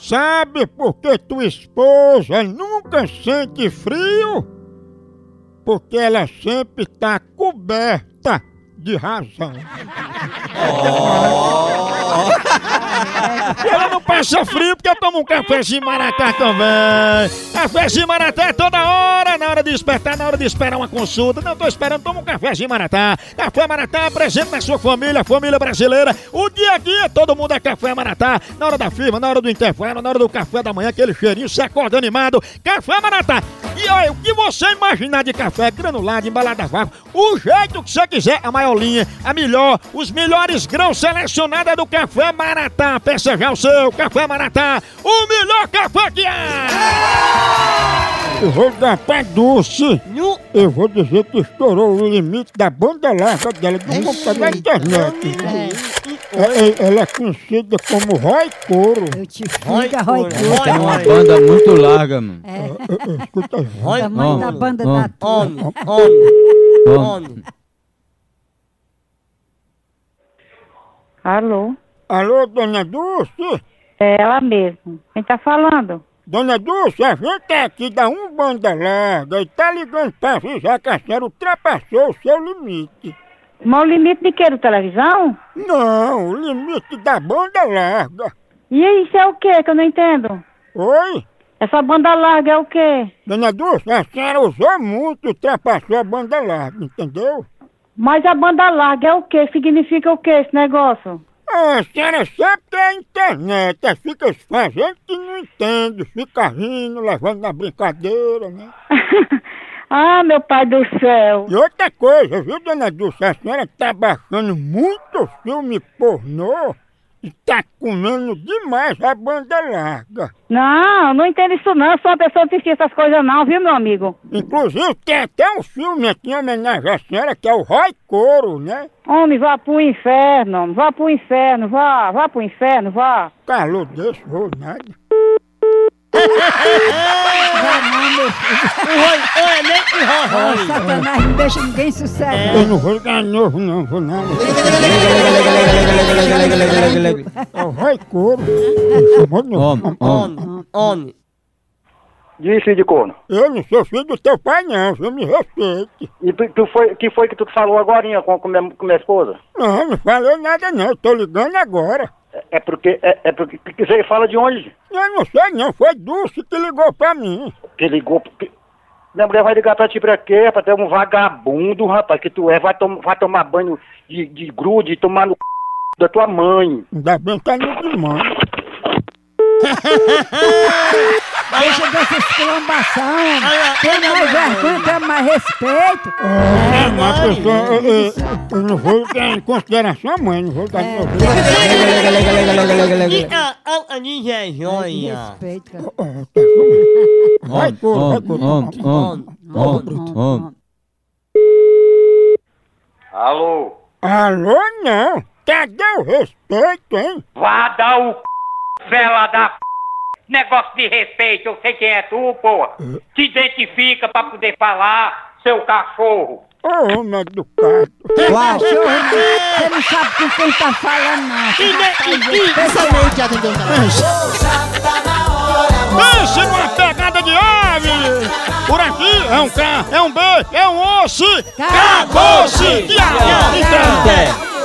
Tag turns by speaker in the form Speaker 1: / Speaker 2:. Speaker 1: Sabe por que tua esposa nunca sente frio? Porque ela sempre está coberta de razão. Ela não passa frio porque eu tomo um cafezinho maratá também. Cafezinho maratá é toda hora, na hora de despertar, na hora de esperar uma consulta. Não tô esperando, toma um cafezinho maratá. Café maratá presente na sua família, família brasileira. O dia a dia, todo mundo é café maratá. Na hora da firma, na hora do intervalo, na hora do café da manhã, aquele cheirinho, se acorda animado. Café maratá. E olha, o que você imaginar de café, granulado, embalado a vácuo, o jeito que você quiser, a maior linha, a melhor, os melhores grãos selecionados é do Café Maratá. Peça já o seu Café Maratá, o melhor café que há! Eu vou dar pra Dulce.
Speaker 2: Nu.
Speaker 1: Eu vou dizer que estourou o limite da banda larga dela do computador da internet. É, é, Ela é conhecida como Roy Couro.
Speaker 2: Eu te fico, tá Roy
Speaker 3: Tem uma
Speaker 2: Couro.
Speaker 3: banda muito larga, mano.
Speaker 1: É, é, Escuta aí.
Speaker 2: O tamanho
Speaker 3: Ó,
Speaker 2: da tá banda
Speaker 3: ó.
Speaker 2: da tua.
Speaker 4: Homem, homem,
Speaker 3: Ó,
Speaker 4: homem.
Speaker 5: Alô?
Speaker 1: Alô, dona Dulce?
Speaker 5: É ela mesmo. Quem tá falando?
Speaker 1: Dona Dulce, a gente é aqui da um banda larga e tá ligando pra avisar que a senhora ultrapassou o seu limite.
Speaker 5: Mas o limite de que? Do televisão?
Speaker 1: Não, o limite da banda larga.
Speaker 5: E isso é o quê que eu não entendo?
Speaker 1: Oi?
Speaker 5: Essa banda larga é o quê?
Speaker 1: Dona Dulce, a senhora usou muito, ultrapassou a banda larga, entendeu?
Speaker 5: Mas a banda larga é o quê? Significa o quê esse negócio?
Speaker 1: Ah, a senhora sabe que é a internet, aí fica se fazendo que não entende, fica rindo, levando na brincadeira, né?
Speaker 5: ah, meu pai do céu.
Speaker 1: E outra coisa, viu, dona Dulce? A senhora tá baixando muito filme pornô e tá comendo demais a banda larga.
Speaker 5: Não, não entendo isso não. Eu sou uma pessoa que assistir essas coisas não, viu, meu amigo?
Speaker 1: Inclusive, tem até um filme aqui em homenagem à senhora, que é o Roy Couro, né?
Speaker 5: Homem, vá pro inferno, homem. Vá pro inferno, vá. Vá pro inferno, vá.
Speaker 1: Calor desse, ou nada.
Speaker 4: O Roy, é nem que
Speaker 2: Ó,
Speaker 4: Roy, Roy.
Speaker 2: Satanás não deixa ninguém
Speaker 4: É.
Speaker 2: sossegado.
Speaker 1: Eu não vou ligar novo, não, vou nada. É o Roy Couro. Chamou de novo.
Speaker 3: Homem, homem.
Speaker 4: Homem, homem.
Speaker 6: Disse de corno.
Speaker 1: Eu não sou filho do teu pai, não, viu? Me respeite.
Speaker 6: E tu, tu foi, que foi que tu falou agora com, com, minha, com minha esposa?
Speaker 1: Não, não falei nada, não. Eu tô ligando agora.
Speaker 6: É- É porque, é, é porque que- que você fala de onde?
Speaker 1: Eu não sei não, foi Dulce que ligou pra mim.
Speaker 6: Que ligou, porque... Minha mulher vai ligar pra ti pra quê? Pra ter um vagabundo, rapaz, que tu é, vai, tom- vai tomar banho de, de grude, tomar no c... da tua mãe.
Speaker 1: Ainda bem que tá no timão.
Speaker 2: Deixa dessas clambação.
Speaker 4: Olha,
Speaker 2: Tem
Speaker 4: olha,
Speaker 2: mais
Speaker 4: olha.
Speaker 2: vergonha, tem mais respeito.
Speaker 1: É, mas pessoa, eu, eu- eu não vou dar em consideração a mãe, não vou dar em consideração.
Speaker 4: Dica ao Aninha
Speaker 2: Que
Speaker 4: Joia.
Speaker 2: Respeito.
Speaker 1: Vai, couro, vai, couro.
Speaker 3: Homem, homem. Homem, homem.
Speaker 6: Alô?
Speaker 1: Alô, não. Cadê o respeito, hein?
Speaker 7: Vá dar o c... fela da p... Negócio de respeito, eu sei quem é tu, porra. Te identifica pra poder falar, seu cachorro.
Speaker 1: Ô, homem educado.
Speaker 2: Cachorro, você não sabe com quem tá falando, não.
Speaker 1: Tá,
Speaker 4: Somente a tendência.
Speaker 1: Pense numa pegada de ave! Por aqui é um K, é um B, é um osso! Acabou-se! Então,